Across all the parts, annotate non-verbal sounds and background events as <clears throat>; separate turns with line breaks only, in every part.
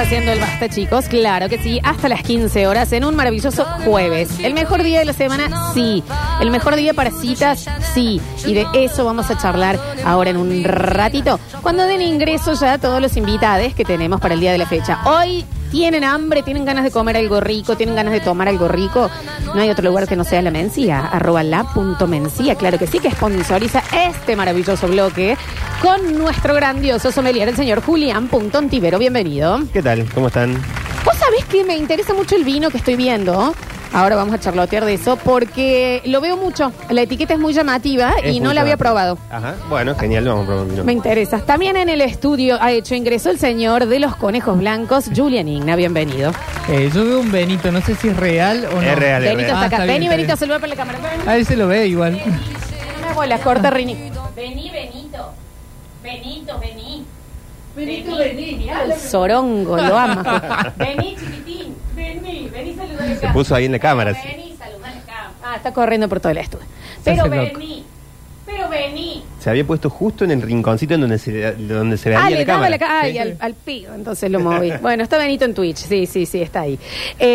haciendo el basta, chicos. Claro que sí. Hasta las 15 horas en un maravilloso jueves. El mejor día de la semana, sí. El mejor día para citas, sí. Y de eso vamos a charlar ahora en un ratito. Cuando den ingreso ya a todos los invitados que tenemos para el día de la fecha. Hoy tienen hambre, tienen ganas de comer algo rico, tienen ganas de tomar algo rico. No hay otro lugar que no sea la Mencía. Arroba la punto Mencía. Claro que sí que sponsoriza este maravilloso bloque con nuestro grandioso sommelier, el señor Julián Puntontivero. Bienvenido.
¿Qué tal? ¿Cómo están?
Vos sabés que me interesa mucho el vino que estoy viendo. Ahora vamos a charlotear de eso porque lo veo mucho. La etiqueta es muy llamativa
Es
y no
muy
la había
llamativo.
probado.
Ajá. Bueno, genial, vamos a probar un vino.
Me interesa. También en el estudio ha hecho ingreso el señor de los conejos blancos, Julian Igna. Bienvenido.
Eh, yo veo un Benito, no sé si es real o no.
Es real.
Benito
Dale,
Ren.
está
Ah,
acá.
está bien,
Vení,
está
Benito,
bien.
se lo va para la cámara. Ven.
A él se lo ve igual.
Una bola corta, Rini.
Vení, Benito. Benito, vení.
Benito, vení. Mirá El sorongo, lo ama.
<laughs> Vení, chiquitín. Vení, vení, saludar
Se puso ahí en la cámara. sí.
Vení, saludar acá.
Ah, está corriendo por todo el estudio.
Se
Pero
hace loco.
vení.
Pero vení.
Se había puesto justo en el rinconcito en donde se, donde se veía
Ah,
la
le daba
cámara.
la ca- ay,
Sí.
al, al pigo, entonces lo
<laughs>
moví. Bueno, está Benito en Twitch, sí, sí, sí, está ahí.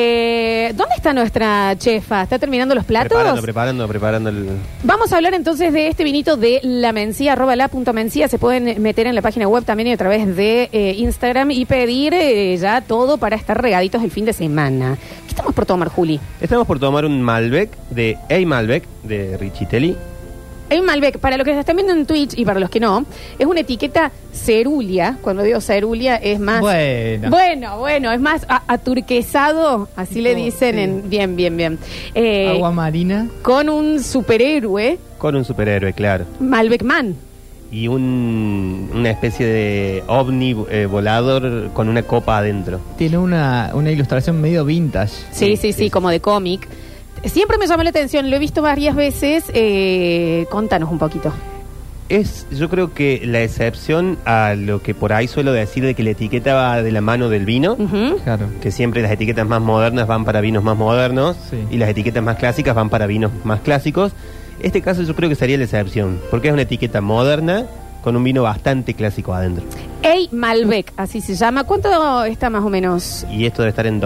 Eh, ¿Dónde está nuestra chefa? ¿Está terminando los platos?
Preparando, preparando, preparando el...
Vamos a hablar entonces de este vinito de la mencía, arroba la punto mencía. Se pueden meter en la página web también y a través de eh, Instagram y pedir eh, ya todo para estar regaditos el fin de semana. ¿Qué estamos por tomar, Juli?
Estamos por tomar un Malbec de Hey Malbec de Richitelli.
Hay un Malbec, para los que están viendo en Twitch y para los que no, es una etiqueta cerulia. Cuando digo cerulia es más...
Bueno.
Bueno, bueno, es más a- aturquesado, así le
Oh,
dicen
sí.
en... Bien, bien, bien. Eh,
Agua marina.
con un superhéroe,
Con un superhéroe, claro.
Malbec Man.
Y un, una especie de ovni eh, volador con una copa adentro.
Tiene una, una ilustración medio vintage.
Sí, sí, sí,
sí.
como de cómic. Siempre me llamó la atención, lo he visto varias veces. eh, contanos un poquito.
Es, yo creo que la excepción a lo que por ahí suelo decir de que la etiqueta va de la mano del vino.
Ujú.
Claro.
que siempre las etiquetas más modernas van para vinos más modernos
Sí.
y las etiquetas más clásicas van para vinos más clásicos. Este caso yo creo que sería la excepción, porque es una etiqueta moderna con un vino bastante clásico adentro.
Ey Malbec, así se llama. ¿Cuánto está más o menos?
Y esto debe estar en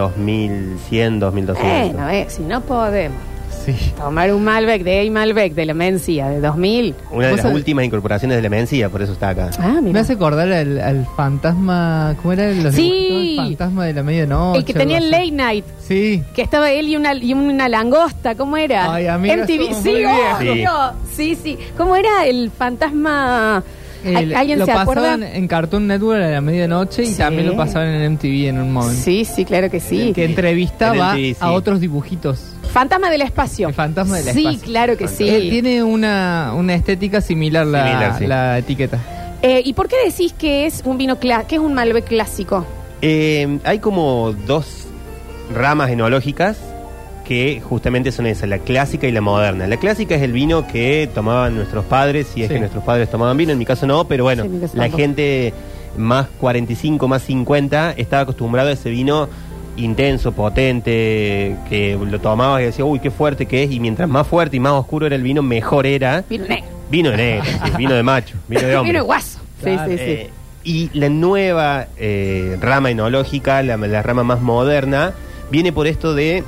2100, 2200.
Bueno, eh, si no podemos
Sí.
tomar un Malbec de Ey Malbec de la Mencía de 2000.
una de
Vos
las
sabés-
últimas incorporaciones de la Mencía, por eso está acá.
Ah,
Me
mira.
hace acordar al, al fantasma. ¿Cómo era? Los
Sí.
dibujitos del fantasma de la medianoche.
El que tenía
algo
el
así.
late night,
Sí.
que estaba él y una, y una langosta, ¿cómo era?
Ay, amiga,
MTV,
somos
sí,
muy
obvio. Sí. sí, ¿Cómo era el fantasma?
El-
¿Alguien
lo
se acuerda?
pasaban en Cartoon Network a la medianoche y
Sí.
también lo pasaban en MTV en un momento.
Sí, sí, claro que sí.
Que entrevistaba
En MTV, sí.
a otros dibujitos.
Fantasma del espacio.
El fantasma del
sí,
espacio.
claro que sí.
Eh, tiene una, una estética similar la,
Similar, sí.
la etiqueta.
Eh, ¿Y por qué decís que es un vino cla- que es un Malbec clásico?
Eh, hay como dos ramas enológicas que justamente son esas, la clásica y la moderna. La clásica es el vino que tomaban nuestros padres, si es
Sí.
que nuestros padres tomaban vino, en mi caso no, pero bueno,
Sí, en mi caso
la
tampoco.
gente más 45, más 50 estaba acostumbrado a ese vino intenso, potente, que lo tomabas y decía, uy, qué fuerte que es, y mientras más fuerte y más oscuro era el vino, mejor era.
Vino negro.
Vino de negro, sí, vino de macho, vino de hombre.
<laughs> Vino de guaso.
Claro.
Sí, sí, sí.
Eh, y la nueva eh, rama enológica, la, la rama más moderna, viene por esto de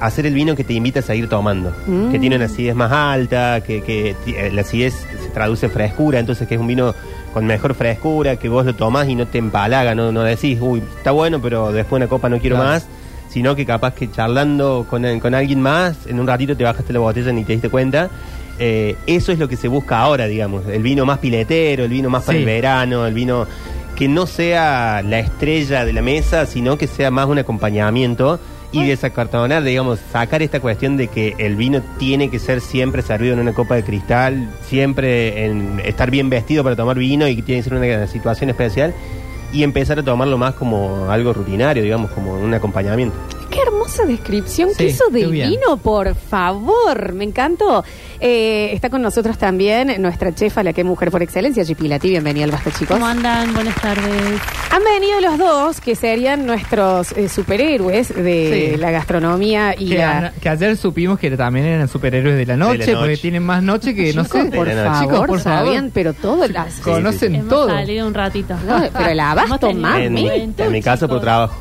hacer el vino que te invita a seguir tomando.
Mm.
Que tiene una acidez más alta, que, que ti- eh, la acidez se traduce en frescura, entonces que es un vino con mejor frescura, que vos lo tomás y no te empalaga, no, no decís, uy, está bueno, pero después de una copa no quiero
Claro.
más. Sino que capaz que charlando con, con alguien más, en un ratito te bajaste la botella y ni te diste cuenta. Eh, eso es lo que se busca ahora, digamos. El vino más piletero, el vino más para
Sí.
el verano, el vino que no sea la estrella de la mesa, sino que sea más un acompañamiento y desacartonar, digamos, sacar esta cuestión de que el vino tiene que ser siempre servido en una copa de cristal, siempre en estar bien vestido para tomar vino y que tiene que ser una situación especial y empezar a tomarlo más como algo rutinario, digamos, como un acompañamiento.
Qué hermoso hermosa descripción que
Sí,
hizo del
estoy bien.
vino, por favor. Me encantó. Eh, está con nosotros también nuestra chefa, la que es mujer por excelencia, Gipilati. Bienvenida al Basta, chicos.
¿Cómo andan? Buenas tardes.
Han venido los dos, que serían nuestros eh, superhéroes de
Sí.
la gastronomía y
Que,
la...
a- que ayer supimos que también eran superhéroes de la noche,
noche.
porque tienen más noche que, no
Chicos,
sé,
por
de la
favor,
noche.
Chicos, por favor.
sabían, pero todo el...
sí, sí.
conocen
Hemos
todo.
salido un ratito.
No, pero el abasto,
Hemos tenido
mami.
En,
un
en
momento,
mi casa por
chicos.
trabajo.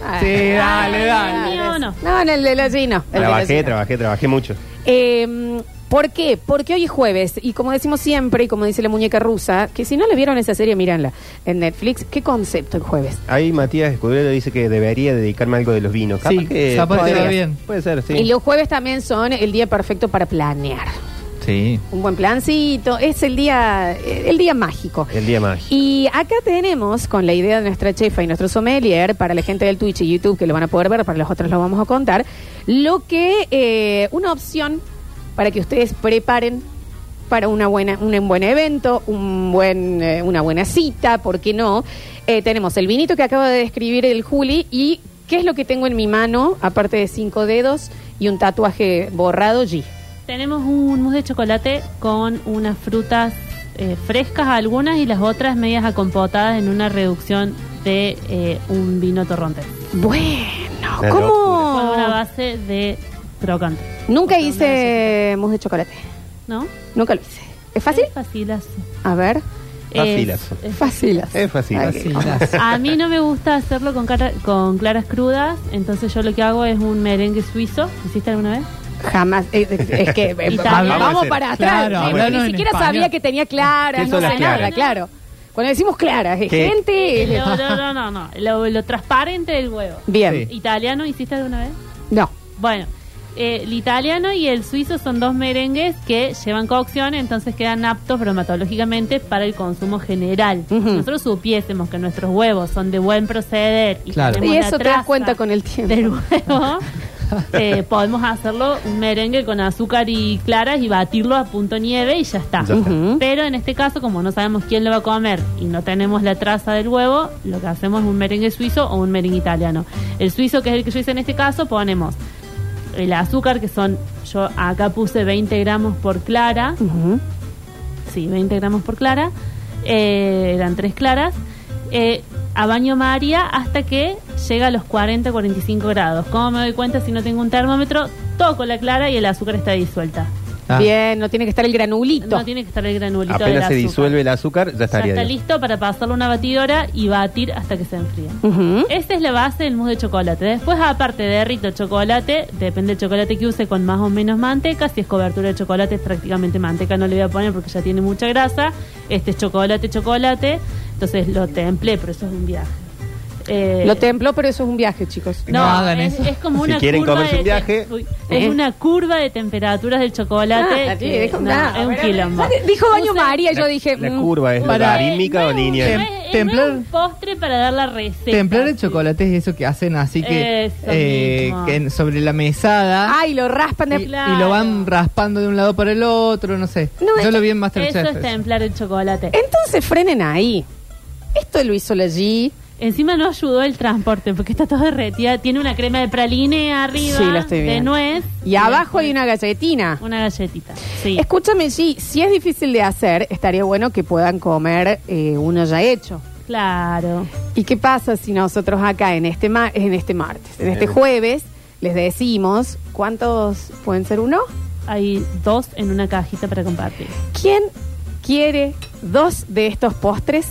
Ah,
Sí, dale,
dale.
No,
Mío,
no.
no.
en el de los chinos. el de los
Trabajé,
chinos.
trabajé, trabajé mucho.
Eh, ¿Por qué? Porque hoy es jueves y como decimos siempre y como dice la muñeca rusa, que si no le vieron esa serie, míranla en Netflix. ¿Qué concepto el jueves?
Ahí Matías Escudero dice que debería dedicarme a algo de los vinos. Capaz
Sí,
que
capaz
puede
que
ser.
va bien.
Puede ser, sí.
Y los jueves también son el día perfecto para planear.
Sí.
Un buen plancito, es el día, el día mágico.
El día mágico.
Y acá tenemos, con la idea de nuestra chefa y nuestro sommelier, para la gente del Twitch y YouTube que lo van a poder ver, para los otros lo vamos a contar, lo que, eh, una opción para que ustedes preparen para una buena, un, buen evento, un buen, eh, una buena cita, ¿por qué no? Eh, tenemos el vinito que acaba de describir el Juli y qué es lo que tengo en mi mano, aparte de cinco dedos y un tatuaje borrado G.
Tenemos un mousse de chocolate con unas frutas eh, frescas algunas y las otras medias acompotadas en una reducción de eh, un vino torronte.
Bueno,
La
Con una
¿cómo?
base de crocante.
Nunca
Con una
hice mousse de chocolate.
¿No?
Nunca lo hice. ¿Es fácil?
Es facilazo.
A ver.
Facilazo.
Es- es-
Fácil.
Es fácil.
Ay,
Sí,
qué cosa.
las-
A mí no me gusta hacerlo con, cara- con claras crudas, entonces yo lo que hago es un merengue suizo. ¿Hiciste alguna vez?
Jamás. eh, eh, Es <laughs> que eh,
Y
va-
también-
vamos
Vamos a
para
hacer-
atrás.
Claro,
Ni-
hablando
ni
en
siquiera
español.
sabía que tenía claras, eh,
¿Qué
no
son
sé
las
nada,
claras?
claro. Cuando decimos claras, es
¿Qué?
gente.
No, no, no, no, no. Lo, lo transparente del huevo.
Bien.
Sí.
¿Italiano hiciste alguna vez?
No.
Bueno, eh, el italiano y el suizo son dos merengues que llevan cocción, entonces quedan aptos bromatológicamente para el consumo general.
Ujú.
Si nosotros supiésemos que nuestros huevos son de buen proceder y,
Claro.
tenemos
Y
la
eso te das
traza
cuenta con el tiempo.
Del huevo, eh, podemos hacerlo un merengue con azúcar y claras y batirlo a punto nieve y ya
Ah,
está.
Ya está.
Ujú.
Pero en este caso, como no sabemos quién lo va a comer y no tenemos la traza del huevo, lo que hacemos es un merengue suizo o un merengue italiano. El suizo, que es el que yo hice en este caso, ponemos el azúcar, que son, yo acá puse 20 gramos por clara,
Ujú.
sí, 20 gramos por clara, eh, eran tres claras, eh, a baño María hasta que llega a los 40-45 grados. ¿Cómo me doy cuenta si no tengo un termómetro? Toco la clara y el azúcar está disuelta.
Ah,
Bien, no tiene que estar el granulito.
No tiene que estar el granulito del
Apenas se
azúcar.
disuelve el azúcar, ya
Ya
estaría
está
bien.
listo para pasarlo a una batidora y batir hasta que se enfríe.
Ujú.
Esta es la base del mousse de chocolate. Después, aparte, derrito chocolate, depende del chocolate que use, con más o menos manteca. Si es cobertura de chocolate, es prácticamente manteca, no le voy a poner porque ya tiene mucha grasa. Este es chocolate, chocolate. Entonces lo templé, pero eso es un viaje. Eh,
Lo templó, pero eso es un viaje, chicos.
no,
No hagan
es,
eso.
es como
Si
una
quieren
curva
comerse
de-
un viaje.
de- uy,
¿Eh?
es una curva de temperaturas del chocolate.
Ah, sí,
que-
dijo,
no,
nada.
es un quilombo.
Dijo Baño
Usa-
María, yo
La-
dije.
La
mm, eh,
curva es
Para-
logarítmica o
No
lineal.
es- no
Templar-
es un postre para dar la receta.
Templar el chocolate es eso que hacen así que,
Eso
eh,
mismo.
que en- sobre la mesada
Ay, lo raspan
y,
de.
y
claro.
lo van raspando de un lado para el otro, no sé.
No,
Yo
es-
lo vi en
Eso
Masterchef.
es
eso.
templar el chocolate.
Entonces frenen ahí. Esto lo hizo la G.
Encima no ayudó el transporte porque está todo derretida. Tiene una crema de praline arriba
Sí, la estoy
de
viendo.
nuez.
Y abajo hay una galletina.
Una galletita. Sí.
Escúchame, G, si es difícil de hacer, estaría bueno que puedan comer eh, uno ya hecho.
Claro.
¿Y qué pasa si nosotros acá en este, ma- en este martes, en este
Eh.
jueves, les decimos cuántos pueden ser uno?
Hay dos en una cajita para compartir.
¿Quién quiere dos de estos postres?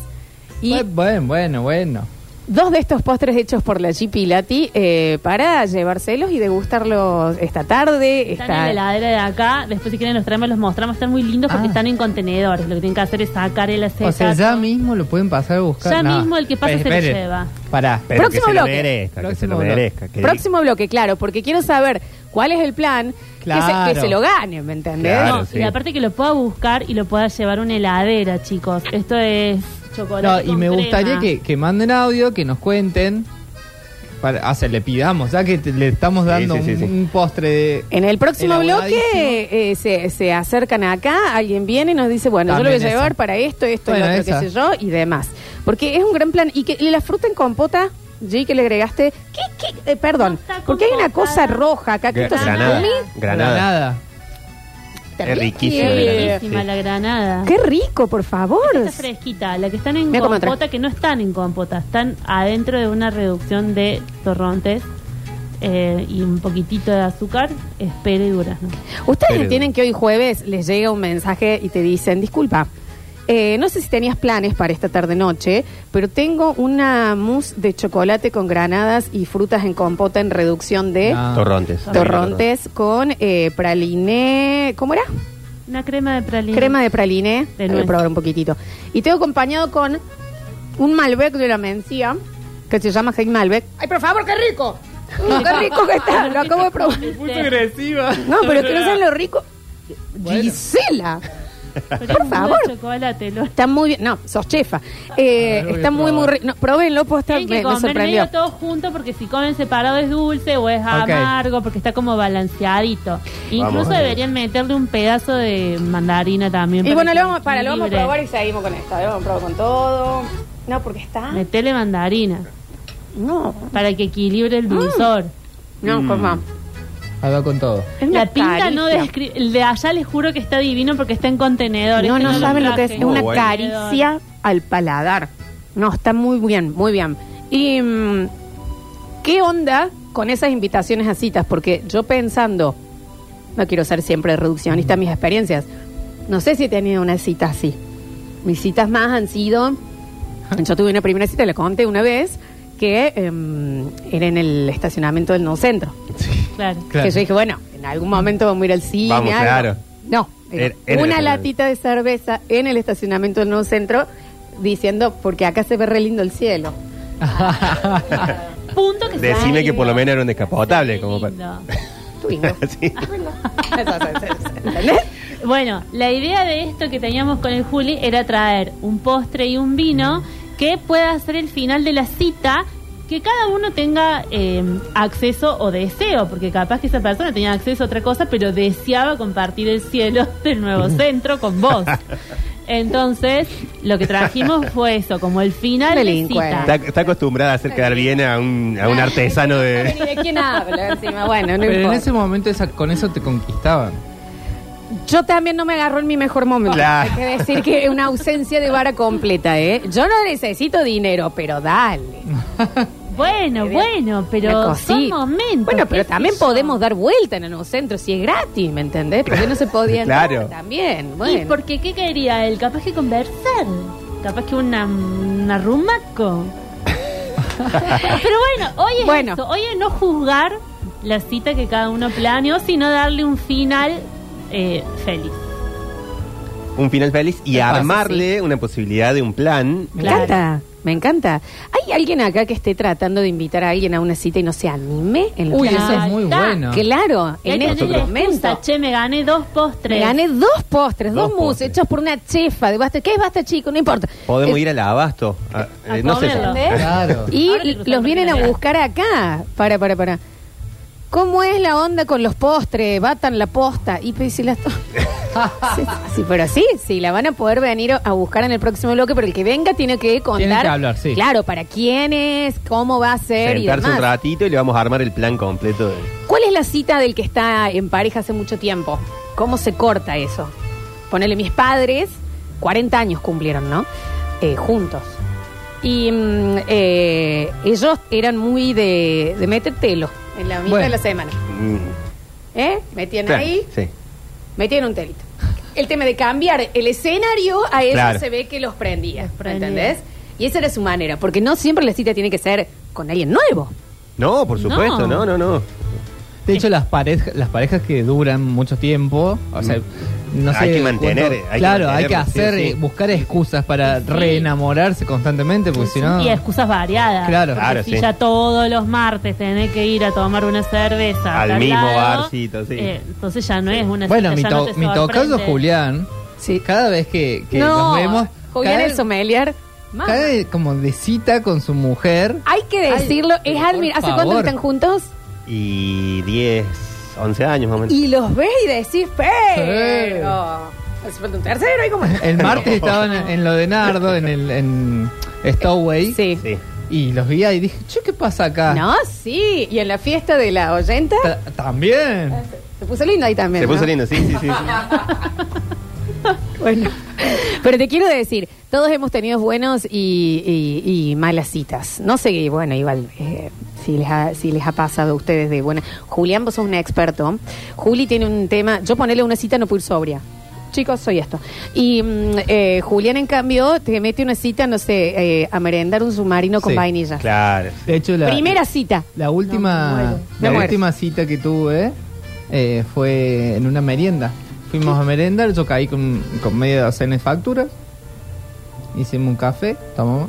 Y
Bu- Bueno, bueno, bueno.
dos de estos postres hechos por la G Pilati eh, para llevárselos y degustarlos esta tarde.
Están en la
Esta...
heladera de acá. Después, si quieren, los traemos, los mostramos. Están muy lindos porque
Ah.
están en contenedores. Lo que tienen que hacer es sacar el aceite.
O sea, ya mismo lo pueden pasar a buscar.
Ya mismo el que pasa
pase
se lo lleva.
Pará.
Pero
Próximo
que se lo
bloque.
merezca, que se
Próximo
lo
bloque.
merezca. que-
Próximo bloque, claro, porque quiero saber cuál es el plan. que se- Que, se,
Claro.
lo ganen, ¿me entendés?
Claro.
No,
sí.
Y aparte que lo pueda buscar y lo pueda llevar a una heladera, chicos. Esto es
No,
chocolate.
y me
con
gustaría
crema.
que, que manden audio, que nos cuenten. Para, o sea, le pidamos, ya que te- le estamos
Sí,
dando
sí, sí,
un,
sí.
un postre de.
En el próximo
Elaboradísimo.
bloque eh, se, se acercan acá, alguien viene y nos dice, bueno, yo lo
También
voy a llevar
esa.
para esto, esto, y
Bueno,
lo otro,
esa.
qué sé yo, y demás. Porque es un gran plan. Y que la fruta en compota G, que le agregaste. ¿Qué, qué? Eh, perdón,
No está
porque hay una cosa
compostada.
roja acá que esto se
Granada.
come.
Granada.
Granada.
Es riquísimo.
Qué-
la
Es
granada,
riquísima
sí.
la granada.
Qué rico, por favor.
Esta fresquita, la que están en
Mira cómo entra.
compota, que no están en compota, están adentro de una reducción de torrontes eh, y un poquitito de azúcar, es pera y durazno.
Ustedes
Pero-
entienden que hoy jueves les llega un mensaje y te dicen, disculpa, eh, no sé si tenías planes para esta tarde-noche, pero tengo una mousse de chocolate con granadas y frutas en compota en reducción de
Ah.
No.
Torrontes.
torrontes con eh, praliné, ¿cómo era?
Una crema de pralina.
Crema de praliné, Voy
De
a
nuez.
probar un poquito. Y tengo acompañado con un Malbec de la Mencía, que se llama Heim Malbec. ¡Ay, por favor, qué rico! Mm, <laughs> ¡Qué rico que está! Lo acabo de probar.
agresiva.
No, pero es que no saben lo rico.
Bueno.
Gisela.
Pero es
Por
un buen
favor.
chocolate, lo
Está muy bien. No, sos chefa. Eh,
Ah, lo voy
está
a
muy, muy
probar.
rico. No, probénlo, posta, me,
Tienen que
me
comer
sorprendió.
medio todo junto porque si comen separado es dulce o es amargo porque está como balanceadito. Incluso deberían meterle un pedazo de mandarina también.
Y bueno,
que
lo vamos, para, lo vamos a
equilibre.
probar y seguimos con esta. Lo vamos a probar con todo. No, porque está.
Metele mandarina
No,
para que equilibre
Mm,
el dulzor.
no,
Mm.
comamos.
Habló con <laughs> todo.
Es una
La pinta no
caricia.
describe. El de allá les juro que está divino porque está en contenedor.
No,
Este
no saben lo que es.
traje.
Es una
bueno.
caricia al paladar. No, está muy bien, muy bien. ¿Y mm, qué onda con esas invitaciones a citas? Porque yo pensando, no quiero ser siempre reduccionista en mis experiencias, no sé si he tenido una cita así. Mis citas más han sido, yo tuve una primera cita, le conté una vez, que em, era en el estacionamiento del nuevo centro.
Claro.
Claro.
Que yo dije, bueno, en algún momento vamos a ir al cine.
Vamos,
algo.
claro.
No, era
Era- era
una
el-
latita de cerveza en el estacionamiento del nuevo centro diciendo, porque acá se ve re lindo el cielo.
Punto que sea
Decime que por lo
lindo.
menos era un descapotable.
Qué
Como para-
lindo.
Twingo.
<laughs> Sí.
¿Entendés?
Bueno, la idea de esto que teníamos con el Juli era traer un postre y un vino que pueda ser el final de la cita, que cada uno tenga eh, acceso o deseo, porque capaz que esa persona tenía acceso a otra cosa, pero deseaba compartir el cielo <laughs> del nuevo centro con vos. Entonces, lo que trajimos fue eso, como el final de
Delincuente.
cita.
Está, está acostumbrada a hacer quedar bien a un, a un artesano
Ni
de.
de quién habla encima. Bueno, no
Pero en
importa.
ese momento esa- con eso te conquistaban.
Yo también no me agarró en mi mejor momento.
Claro.
Hay que decir que es una ausencia de vara completa, ¿eh? Yo no necesito dinero, pero dale.
Bueno, bueno,
Una
pero son
cosita.
momentos.
Bueno, pero
qué
también
sé yo.
podemos dar vuelta en el nuevo centro si es gratis, ¿me entendés? Porque no se podía entrar
<laughs> Claro.
también.
¿Y
Bueno.
porque qué quería él? Capaz que conversar. Capaz que una, un arrumaco. Pero bueno, hoy es
Bueno.
esto, Hoy es no juzgar la cita que cada uno planeó, sino darle un final eh, feliz.
Un final feliz y
pasa,
armarle una posibilidad de un plan.
Me
Claro.
encanta, me encanta. ¿Hay alguien acá que esté tratando de invitar a alguien a una cita y no se anime? En los
Uy,
planes?
eso es muy
Está.
bueno.
Claro,
Y ahí
en este
tenés la
momento.
excusa, che, me gané dos
Me
postres.
gané dos postres, dos,
Dos
mousse
postres.
hechos por una chefa de basta. ¿Qué es basta, chico? No importa.
Podemos
Eh,
ir al abasto. a-
A
eh, no sé.
comerlo.
¿entendés?
Claro.
Y
Ahora te cruzás
los
por
vienen a
primera.
buscar acá. Para, para, para. ¿Cómo es la onda con los postres? Batan la posta. Y pues, si las to- sí, sí, pero sí, sí, la van a poder venir a buscar en el próximo bloque, pero el que venga tiene que contar.
que hablar, sí.
Claro, para quién es, cómo va a ser y
Sentarse un
demás.
ratito y le vamos a armar el plan completo. de-
¿Cuál es la cita del que está en pareja hace mucho tiempo? ¿Cómo se corta eso? Ponele, mis padres, 40 años cumplieron, ¿no? Eh, juntos. Y mm, eh, ellos eran muy de, de metértelo en la mitad
Bueno.
de la semana.
Mm,
¿Eh? Metían
claro,
ahí,
sí.
metían un telito. El tema de cambiar el escenario, a ellos
Claro.
se ve que los prendía,
Los prendía.
¿entendés? Y esa era su manera, porque no siempre la cita tiene que ser con alguien nuevo.
No, por supuesto,
No.
no, no, no.
De hecho, las parejas, las parejas que duran mucho tiempo, o sea, no sé.
Mm. Hay que mantener,
cuánto-
hay que
claro, hay que
mantenerlo, sí,
hacer,
sí.
eh, buscar excusas para
Sí.
reenamorarse constantemente, porque si no.
Y excusas variadas.
Claro.
Porque
Claro,
si
sí.
ya todos los martes tenés que ir a tomar una cerveza.
Al
acá
mismo
lado,
barcito, sí.
eh, entonces ya no es una
Bueno, mi,
cita. ya
to-
no te
mi tocayo
sorprende.
Julián,
Sí.
cada vez que, que
no,
nos vemos.
Julián
cada-
el sommelier. mamá.
cada como de cita con su mujer.
Hay que
Ay,
decirlo,
pero
es
por
admir- ¿Hace
favor.
cuánto que están juntos?
Y 10, 11 años más o menos.
Y los ves y decís, pero. Hace falta un
<laughs>
tercero y como.
El martes estaban en lo de Nardo, en el en Stowaway.
Sí.
Sí.
Y los vi ahí y dije, che, ¿qué pasa acá?
No, sí. Y en la fiesta de la oyenta.
Ta- También.
Se puso lindo ahí también.
Se puso
¿no?
lindo, sí, sí,
<laughs>
sí. sí.
Bueno. <laughs> Pero te quiero decir, todos hemos tenido buenos y, y- y malas citas. No sé, y bueno, igual, eh, si, les ha, si les ha pasado a ustedes de buena. Julián, vos sos un experto. Juli tiene un tema. Yo ponerle una cita no puedo ir sobria. Chicos, soy esto. Y mm, eh, Julián, en cambio, te mete una cita, no sé, eh, a merendar un submarino con
Sí,
vainilla.
Claro.
De hecho, la,
Primera cita.
la última,
No, me muero.
Me
la
muero.
última cita que tuve eh, fue en una merienda. Fuimos a merendar, yo caí con, con media docena de facturas. Hicimos un café, tomamos.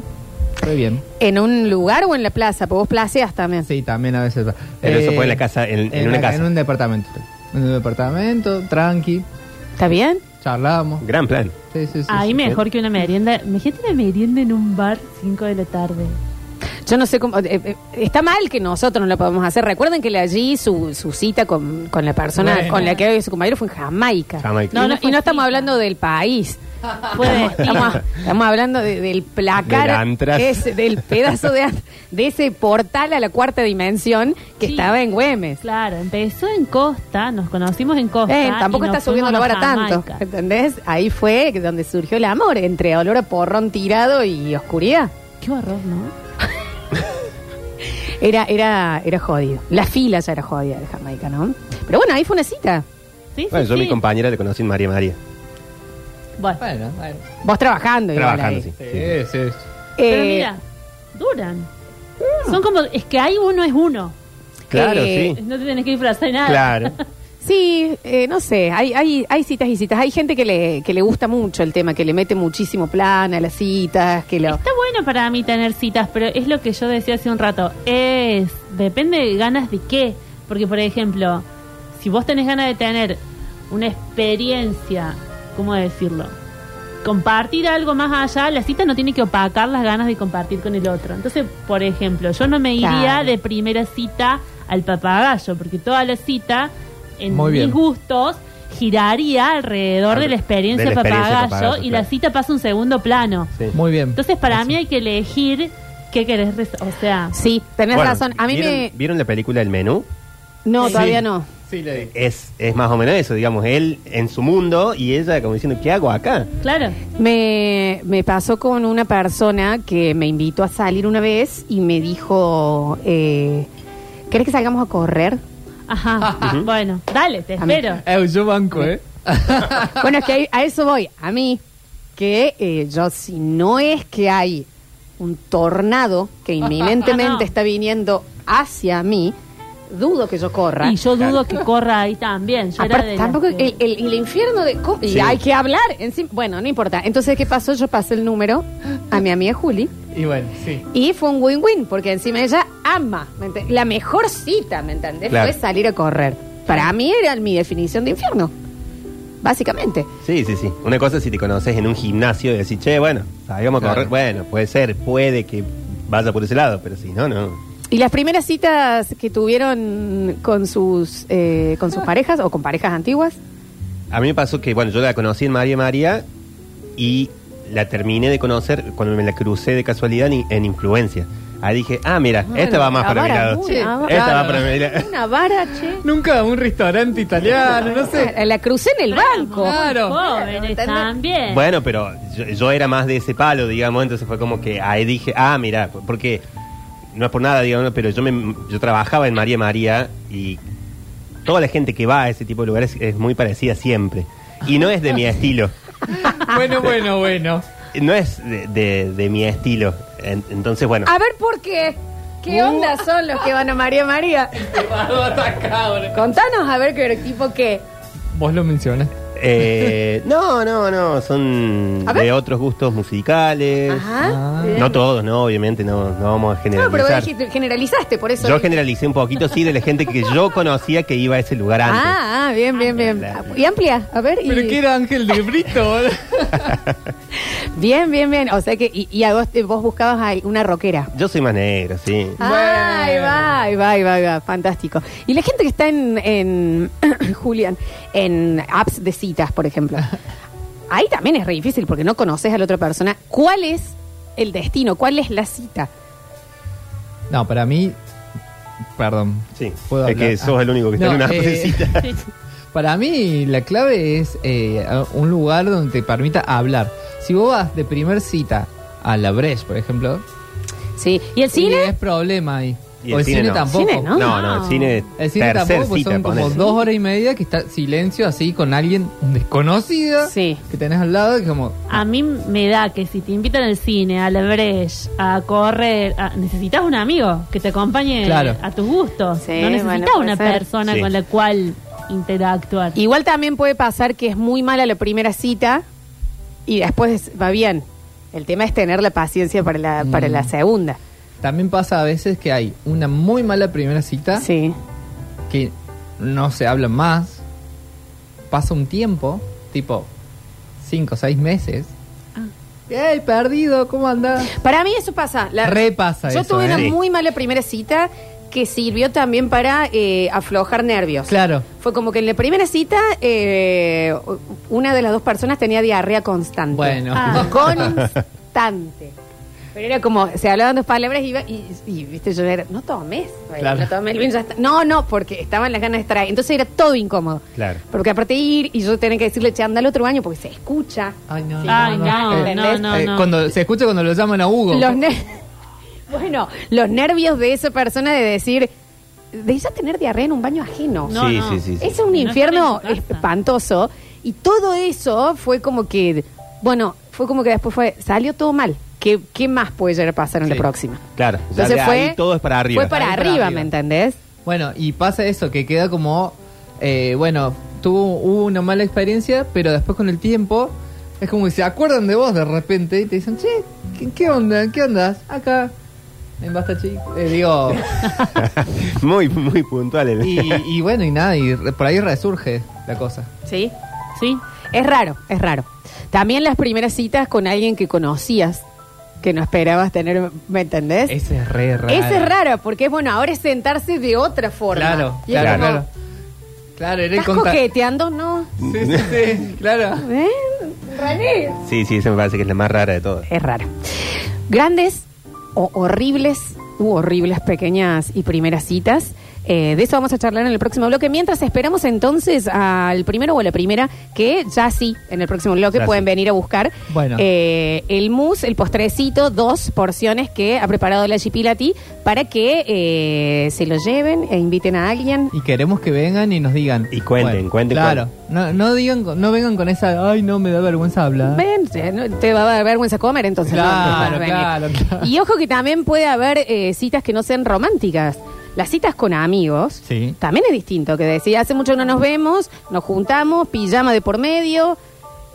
Fue bien.
¿En un lugar o en la plaza? Porque vos placeas también.
Sí, también a veces. va.
Pero eso fue en la casa, en- en una
la-
casa.
En un departamento. En un departamento, tranqui,
¿Está bien?
charlábamos.
Gran plan.
Sí, sí, sí,
Ahí
sí.
mejor que una merienda. Imagínate una merienda en un bar 5 de la tarde.
Yo no sé cómo. eh, eh, está mal que nosotros no lo podamos hacer. Recuerden que la allí su, su cita con, con la persona
Bueno.
con la que hoy su compañero fue en Jamaica.
Jamaica.
No,
No,
no,
no
y
fue
no estamos
cita.
hablando del país.
<laughs> Fue de
Estamos, estamos hablando de- del placar,
Del antras.
ese- del pedazo de, an- de ese portal a la cuarta dimensión que
Sí.
estaba en Güemes.
Claro, empezó en Costa, nos conocimos en Costa.
Eh, tampoco
y nos
está subiendo la
fuimos a
vara tanto, Eh,
Jamaica.
¿entendés? Ahí fue donde surgió el amor, entre olor a porrón tirado y oscuridad.
Qué horror, ¿no?
Era, era, era jodido. La fila ya era jodida de Jamaica, ¿no? Pero bueno, ahí fue una cita.
Sí, sí,
Bueno, yo a
sí.
mi compañera le conocí en María María.
Eh.
Bueno,
Bueno, bueno.
Vos trabajando, igual,
Trabajando,
ahí.
sí.
Sí, sí.
pero
Eh,
mira, duran.
Ah.
Son como, es que ahí uno es uno.
Claro,
Eh,
sí.
No te tenés que disfrazar de nada.
Claro.
<laughs> Sí, eh, no sé, hay, hay, hay citas y citas. Hay gente que le, que le gusta mucho el tema, que le mete muchísimo plan a las citas, que lo...
Está bueno para mí tener citas, pero es lo que yo decía hace un rato. Es, depende de ganas de qué. Porque, por ejemplo, si vos tenés ganas de tener una experiencia, ¿cómo decirlo? Compartir algo más allá, la cita no tiene que opacar las ganas de compartir con el otro. Entonces, por ejemplo, yo no me iría
Claro.
de primera cita al papagayo, porque toda la cita, en
Muy bien.
mis gustos, giraría alrededor de la experiencia,
De la experiencia
papagayo,
papagayo,
y
claro.
la cita pasa a un segundo plano.
Sí.
Muy bien.
Entonces, para mí hay que elegir qué querés. res- O sea,
Sí, tenés
Bueno,
razón. A mí
¿vieron,
me...
¿Vieron la película El Menú?
No,
Sí.
todavía no.
Sí, le di.
Es, es más o menos eso, digamos, él en su mundo y ella como diciendo, ¿qué hago acá?
claro.
Me, me pasó con una persona que me invitó a salir una vez y me dijo, eh, ¿querés que salgamos a correr?
Ajá.
Ujú.
Bueno, dale, te
A mí-
espero.
Eh, yo banco, ¿eh?
Bueno, es que ahí- a eso voy. A mí, que eh, yo, si no es que hay un tornado que inminentemente
Ah, <laughs> no.
está viniendo hacia mí, dudo que yo corra.
Y yo dudo que corra ahí también. Yo era
Aparte,
de las
tampoco
que-
el, el- el infierno de... co- Y
Sí.
hay que hablar. encima- bueno, no importa. Entonces, ¿qué pasó? Yo pasé el número a mi amiga Juli
Y bueno, sí.
y fue un win-win porque encima ella ama. ¿me ente- La mejor cita, ¿me entendés?
Claro.
Fue salir a correr. Para mí era mi definición de infierno, básicamente.
Sí, sí, sí. Una cosa es si te conoces en un gimnasio y decís, che, bueno, salgamos a
Claro.
correr. Bueno, puede ser, puede que vaya por ese lado, pero si no, no.
¿Y las primeras citas que tuvieron con sus eh, con sus parejas o con parejas antiguas?
A mí me pasó que, bueno, yo la conocí en María María y la terminé de conocer cuando me la crucé de casualidad en, en Influencia. Ahí dije, ah, mira, esta va más
la
para mi
vara,
lado.
una
esta
vara.
va para mi lado.
Una vara, che.
Nunca a un restaurante italiano, Eh. no sé.
La crucé en el banco.
Claro.
Claro,
Jóvenes
Eh.
también.
Bueno, pero yo, yo era más de ese palo, digamos, entonces fue como que ahí dije, ah, mira, porque no es por nada, digamos, pero yo me, yo trabajaba en María María y toda la gente que va a ese tipo de lugares es muy parecida siempre. Y no es de mi estilo. <laughs>
Bueno, bueno, bueno.
No es de, de- de mi estilo. En- entonces, bueno.
A ver por qué. ¿Qué
Uh.
onda son los que van a María María? Contanos a ver qué tipo qué.
Vos lo mencionas.
eh, no, no, no. Son
A ver.
de otros gustos musicales.
Ah.
Ajá. bien.
No todos, no, obviamente, no, no vamos a
Ah. No,
generalizar.
pero vos dijiste- generalizaste, por eso.
Yo
dije-
generalicé un poquito, sí, de la gente que yo conocía que iba a ese lugar antes.
Ah, ah, bien, bien, bien.
Claro.
Y amplia, a ver. y-
Pero que era Ángel de Brito.
<laughs>
Bien, bien, bien. O sea que, y, y a vos, te- vos buscabas a una rockera.
Yo soy más negro, sí.
Ah, Ahí va, ahí va, ahí va, ahí va. fantástico. Y la gente que está en, en <clears throat> Julián, en apps de citas, por ejemplo, ahí también es re difícil porque no conoces a la otra persona. ¿Cuál es el destino? ¿Cuál es la cita?
No, para mí. Perdón.
Sí,
¿Puedo
es
hablar?
que sos
Ah.
el único que está
No,
en una <laughs>
eh,
<laughs>
presita.
Para mí la clave es eh, a- un lugar donde te permita hablar. Si vos vas de primer cita a la Breche, por ejemplo,
Sí. ¿Y el
y
cine?
es problema ahí.
Y
o
el
el
cine
cine,
no.
tampoco.
Cine, ¿no?
No, no, el cine
El
es
cine
tercer
tampoco, porque
cita,
son como
ponele.
dos horas y media que está silencio así con alguien desconocida
Sí.
que tenés al lado, que como
A mí me da que si te invitan al cine, a la breche, a correr, a- necesitas un amigo que te acompañe
Claro.
a tus gustos.
Sí,
no necesitas
bueno, puede
una
ser.
persona
Sí.
con la cual interactuar.
Igual también puede pasar que es muy mala la primera cita y después va bien. El tema es tener la paciencia para la, para
Mm.
la segunda.
también pasa a veces que hay una muy mala primera cita
Sí.
que no se hablan más. Pasa un tiempo, tipo cinco o seis meses.
Ah.
¡Ey, perdido! ¿Cómo andás?
Para mí eso pasa. La-
Repasa
Yo
eso,
tuve
¿eh?
una
Sí.
muy mala primera cita que sirvió también para eh, aflojar nervios.
Claro.
Fue como que en la primera cita eh, una de las dos personas tenía diarrea constante.
Bueno. <laughs>
Ah.
Constante. Pero era como, se hablaban dos palabras y, iba- y, y, viste, yo era, no tomes, güey,
Claro.
no tomes el vino, ya está. No, no, porque estaban las ganas de traer. Entonces era todo incómodo.
Claro.
Porque aparte ir y yo tenía que decirle, che, anda al otro baño porque se escucha.
Ay, no,
Ay, no,
no,
no, no,
Eh,
no.
Cuando se escucha cuando lo llaman a Hugo.
Los ner- <laughs> bueno, los nervios de esa persona de decir, de ella tener diarrea en un baño ajeno.
No,
sí,
no.
sí, sí, sí.
Es un
No
infierno
estar en su casa.
espantoso. Y todo eso fue como que, bueno, fue como que después fue, salió todo mal. ¿Qué, qué más puede llegar a pasar en la
Sí.
próxima?
Claro, ya
Entonces
de
fue,
ahí todo es para arriba.
Fue para
Ahí para
arriba,
arriba.
¿me entendés?
Bueno, y pasa eso, que queda como, eh, bueno, tuvo hubo una mala experiencia, pero después con el tiempo es como que se acuerdan de vos de repente y te dicen, che, ¿qué, qué onda? ¿Qué andas? Acá. En Basta Chico. Eh, digo,
<laughs> muy, muy puntual. El...
y, y bueno, y nada, y re- por ahí resurge la cosa.
Sí.
¿Sí?
Es raro, es raro. También las primeras citas con alguien que conocías, que no esperabas tener, ¿me entendés?
Ese es re raro.
Esa es rara, porque es bueno, ahora es sentarse de otra forma.
Claro,
Y es
claro,
como,
claro. Claro, era el
¿Estás
conta-
coqueteando? No.
Sí, sí, sí, claro.
¿Eh?
<laughs> Sí, sí, esa me parece que es la más rara de todas.
Es raro. Grandes o horribles u horribles pequeñas y primeras citas. Eh, de eso vamos a charlar en el próximo bloque. Mientras esperamos entonces al primero o a la primera, que ya sí, en el próximo bloque
Ya
pueden
sí.
venir a buscar
Bueno.
eh, el mousse, el postrecito, dos porciones que ha preparado la Chipilati para que eh, se lo lleven e inviten a alguien.
Y queremos que vengan y nos digan.
Y cuenten, cuenten,
Claro. No, no, digan, con- no vengan con esa, ay, no, me da vergüenza hablar.
Ven, eh, no, te va a dar vergüenza comer, entonces. no, no vas a
Claro,
venir.
claro, claro.
Y ojo que también puede haber eh, citas que no sean románticas. Las citas con amigos
Sí.
también es distinto, que decir, hace mucho no nos vemos, nos juntamos, pijama de por medio,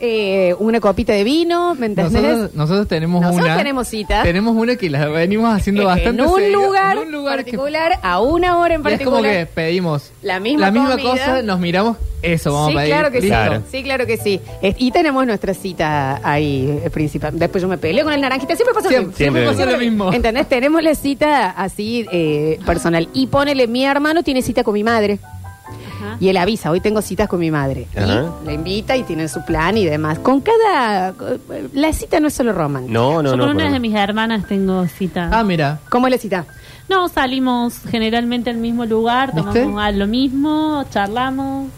eh, una copita de vino, ¿me entendés?
Nosotros, nosotros tenemos
Nosotros
una.
tenemos cita.
Tenemos una que la venimos haciendo bastante
en, un
seguido,
lugar
en un lugar que-
particular, a una hora en
y es como
particular.
que pedimos
La misma comida.
cosa, nos miramos, eso vamos
sí,
a pedir.
claro que sí.
listo.
Claro.
Sí, claro que sí. Es- y tenemos nuestra cita ahí eh, principal. Después yo me peleo con el naranjita. Siempre pasa lo
Siempre,
mismo.
Siempre.
siempre pasa lo mismo.
¿Entendés? Tenemos la cita así eh, personal. Y ponele, mi hermano tiene cita con mi madre.
Ajá.
Y él avisa, hoy tengo citas con mi madre.
Ajá.
Y la invita y tiene su plan y demás. Con cada... eh, La cita no es solo romántica.
No, no,
Yo
no.
con una
pero-
de mis hermanas tengo cita.
Ah, mira.
¿Cómo es la cita?
No, salimos generalmente al mismo lugar, tomamos
¿Viste?
a lo mismo, charlamos.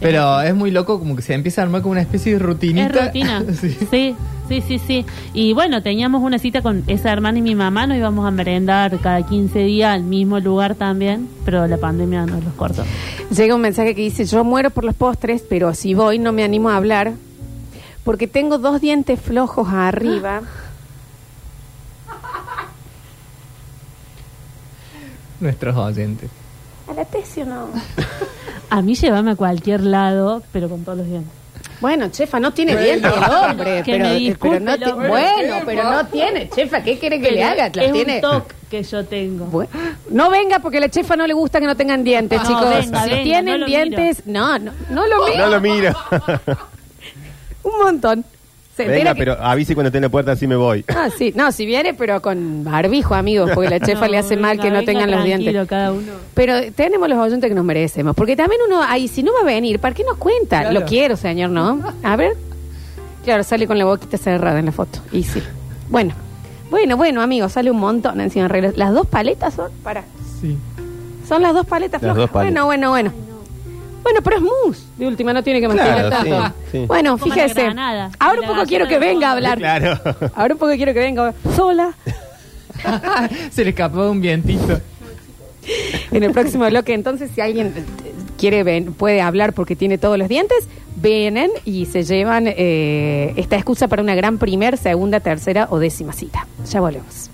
Pero es muy loco, como que se empieza a armar como una especie de rutinita.
Es rutina.
<laughs>
<laughs>
Sí.
sí. Sí, sí, sí. Y bueno, teníamos una cita con esa hermana y mi mamá, nos íbamos a merendar cada 15 días al mismo lugar también, pero la pandemia nos los cortó.
Llega un mensaje que dice, yo muero por los postres, pero si voy no me animo a hablar porque tengo dos dientes flojos arriba.
Nuestros oyentes.
A la tesio no.
A mí llévame a cualquier lado, pero con todos los dientes.
Bueno, chefa, no tiene
Bueno.
dientes el hombre,
Que
pero, eh,
me disculpe
pero no
el
ti-
hombre.
bueno, pero no tiene, chefa, ¿qué quiere que le haga? La
es
tiene.
un toque que yo tengo.
Bu- No venga porque a la chefa no le gusta que no tengan dientes,
No,
chicos.
venga,
si
venga,
tienen
no lo
dientes, no, no, no lo miro.
No lo miro.
Un montón. <laughs> Se entera
Venga,
que-
pero avise cuando esté en la puerta, así me voy.
Ah, sí, no, si viene, pero con barbijo, amigos, porque
<laughs>
la chefa
No,
le hace mal
venga,
que no
venga
tengan los
tranquilo
dientes.
cada uno.
Pero tenemos los oyentes que nos merecemos. Porque también uno, ahí, si no va a venir, ¿para qué nos cuenta?
Claro.
Lo quiero, señor, ¿no? A ver. Claro, sale con la boquita cerrada en la foto. Y sí. Bueno, Bueno, bueno, amigos, sale un montón encima. de reglas. Las dos paletas son, para,
Sí.
son las dos paletas
Las
flojas.
dos paletas.
Bueno, bueno, bueno. Bueno, pero es mousse. De última, no tiene que
Claro,
masticar tanto.
sí, sí.
Bueno,
Como la
fíjese.
granada.
Ahora un
La
poco quiero
galleta
que
de
venga a
fondo.
hablar.
<laughs> Claro.
Ahora un poco quiero que venga sola.
<laughs> Se le escapó un vientito.
en el próximo bloque. Entonces, si alguien eh, quiere ven- puede hablar porque tiene todos los dientes, vienen y se llevan eh, esta excusa para una gran primer, segunda, tercera o décima cita. Ya volvemos.